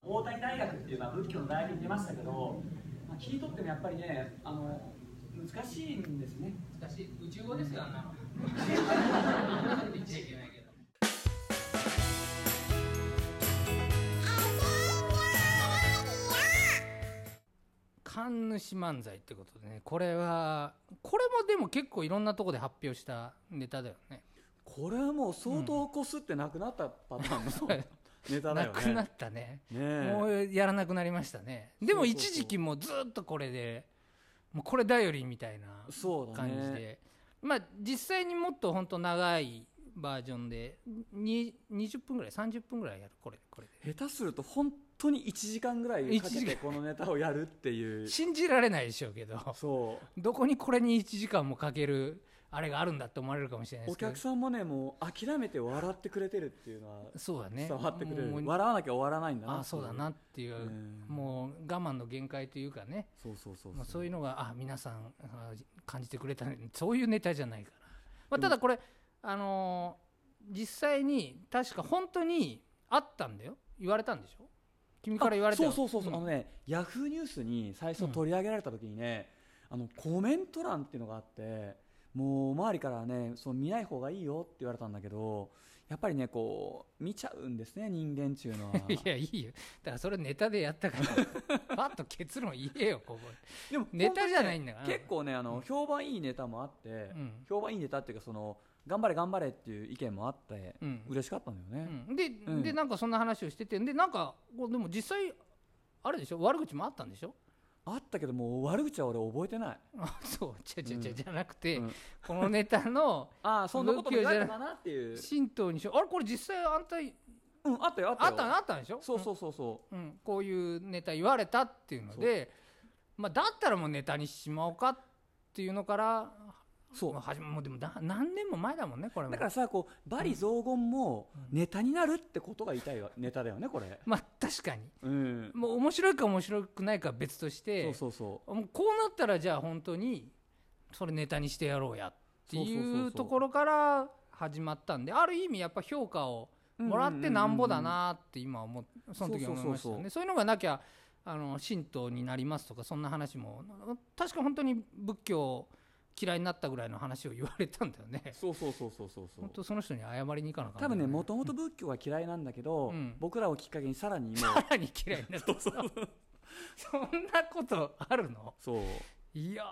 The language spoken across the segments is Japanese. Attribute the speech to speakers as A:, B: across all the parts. A: 大谷大学っていうのは仏教の大学に出ましたけど、まあ、聞いとってもやっぱりねあの難しいんですね
B: 難しい宇宙語ですよあんなの言っちゃいけないけど
C: 神主漫才ってことでねこれはこれもでも結構いろんなとこで発表したネタだよね
D: これはもう相当こすってなくなったパターンのネタだ
C: な
D: よ
C: くな
D: ね
C: っ。たね
D: ねえ
C: もうやらなくなりましたねでも
D: そうそうそう
C: 一時期もうずっとこれでもうこれ頼りみたいな
D: そうだ
C: 感
D: ね
C: じで、まあ実際にもっと本当長いバージョンでに20分ぐらい30分ぐらいやるこれこれ
D: 下手すると本当に1時間ぐらいか
C: 1
D: け
C: 時
D: て
C: 間
D: このネタをやるってい
C: で
D: う。
C: 信じられないでしょうけど
D: そう。
C: どこにこれに1時間もかけるあれがあるんだって思われるかもしれないで
D: お
C: すけど
D: 客さんもね、もう諦めて笑ってくれてるっていうのは
C: そうだね
D: 伝わってくれ
C: もう
D: る。笑わなきゃ終わらないんだな。
C: あそうだ。なっていう、
D: うん
C: もう我慢の限界というかね、
D: そうそうそう
C: まあ、
D: そ。
C: そうういうのがあ皆さんあ感じてくれたねそういうネタじゃないから、まあ、ただこれ、あのー実際に確か本当にあったんだよ言われたんでしょ君から言われた
D: そ
C: よ
D: うそうそうそう、
C: ん
D: あのねヤフーニュースに最初取り上げられた時にね、あのコメント欄っていうのがあってもう周りからねその見ない方がいいよって言われたんだけどやっぱりねこう見ちゃうんですね人間っていうのは
C: いやいいよだからそれネタでやったから パッと結論言えよここ
D: でも
C: ネタじゃないんだから
D: 本当にね結構ねあの、評判いいネタもあって、
C: ん
D: 評判いいネタっていうかその頑張れ頑張れっていう意見もあって、
C: うん
D: 嬉しかったんだよね、
C: うんで、
D: ん
C: でなんかそんな話をしててでなんかこうでも実際あれでしょ悪口もあったんでしょ
D: あったけどもう悪口は俺覚えてない
C: あそうじゃじゃじゃじゃなくて、
D: うん
C: このネ タの
D: ああそんなことも
C: 仏
D: な
C: 教じゃ
D: い
C: な
D: のかなっていう
C: 神道にしようあれこれ実際あんた
D: うんあったよあった
C: あ
D: よ
C: ったあったんでしょ
D: そうそうそうそう
C: う、ん、こういうネタ言われたっていうのでまあ、だったらもうネタにしまおうかっていうのから
D: そう
C: まあ始まもうでもな何年も前だもんねこれも
D: だからさこうバリ雑言もネタになるってことが言いたいわネタだよねこれ
C: まあ確かに
D: うん
C: もう面白いか面白くないかは別として
D: そうそうそ
C: もうこうなったらじゃあ本当にそれネタにしてやろうやって
D: そうそうそうそ
C: いううところから始まったんである意味やっぱ評価をもらってなんぼだなって今思っその時思いました
D: そうそうそうそ
C: ねそういうのがなきゃあの神道になりますとかそんな話も確か本当に仏教嫌いになったぐらいの話を言われたんだよね
D: うそうそうそうそうそうそ
C: 本
D: う
C: 当その人に謝りに行かなかった
D: 多分ねもともと仏教が嫌いなんだけど、
C: うん
D: 僕らをきっかけにさら にもう
C: さらに嫌いになったそんなことあるの
D: そう
C: いや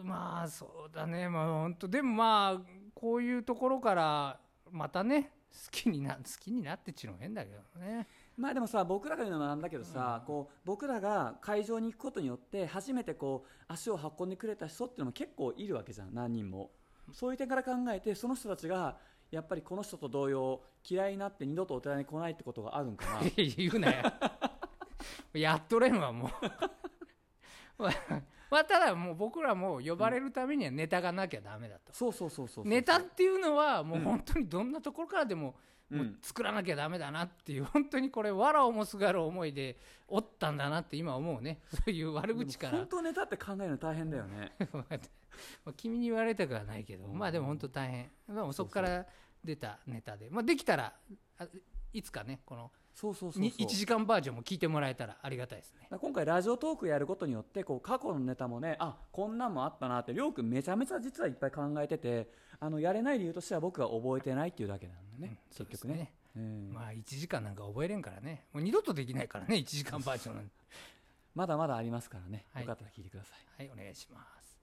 C: ーまあそうだねまあ本当でもまあこういうところからまたね好きにな好きになってちゅうのも変だけどね
D: まあでもさ僕らが言うのもなんだけどさ、こう僕らが会場に行くことによって初めてこう足を運んでくれた人っていうのも結構いるわけじゃん何人もそういう点から考えてその人たちがやっぱりこの人と同様嫌いになって二度とお寺に来ないってことがあるんかな
C: いや言うなよやっとれんわもう まあ、まあただもう僕らも呼ばれるためにはネタがなきゃダメだと、
D: そうそうそうそうそう
C: ネタっていうのはもう本当にどんなところからでも,、
D: うん
C: もう作らなきゃダメだなっていう本当にこれわらをもすがる思いでおったんだなって今思うねそういう悪口から
D: 本当ネタって考えるの大変だよ ね
C: まあ君に言われたくはないけど、まあでも本当大変、まあ、そこから出たネタで、まあ、できたらあいつかねこの
D: そうそうそうそう
C: に1時間バージョンも聞いてもらえたらありがたいですね
D: だから今回ラジオトークやることによってこう過去のネタもねあこんなんもあったなってりょうくんめちゃめちゃ実はいっぱい考えててあのやれない理由としては僕が覚えてないっていうだけなんでね、
C: そう
D: 結
C: です
D: 局ね
C: ね
D: うんま
C: まあ1時間なんか覚えれんからねもう二度とできないからね1時間バージョンなんて
D: だまだありますからね、
C: はい
D: よかったら聞いてください
C: はいお願いします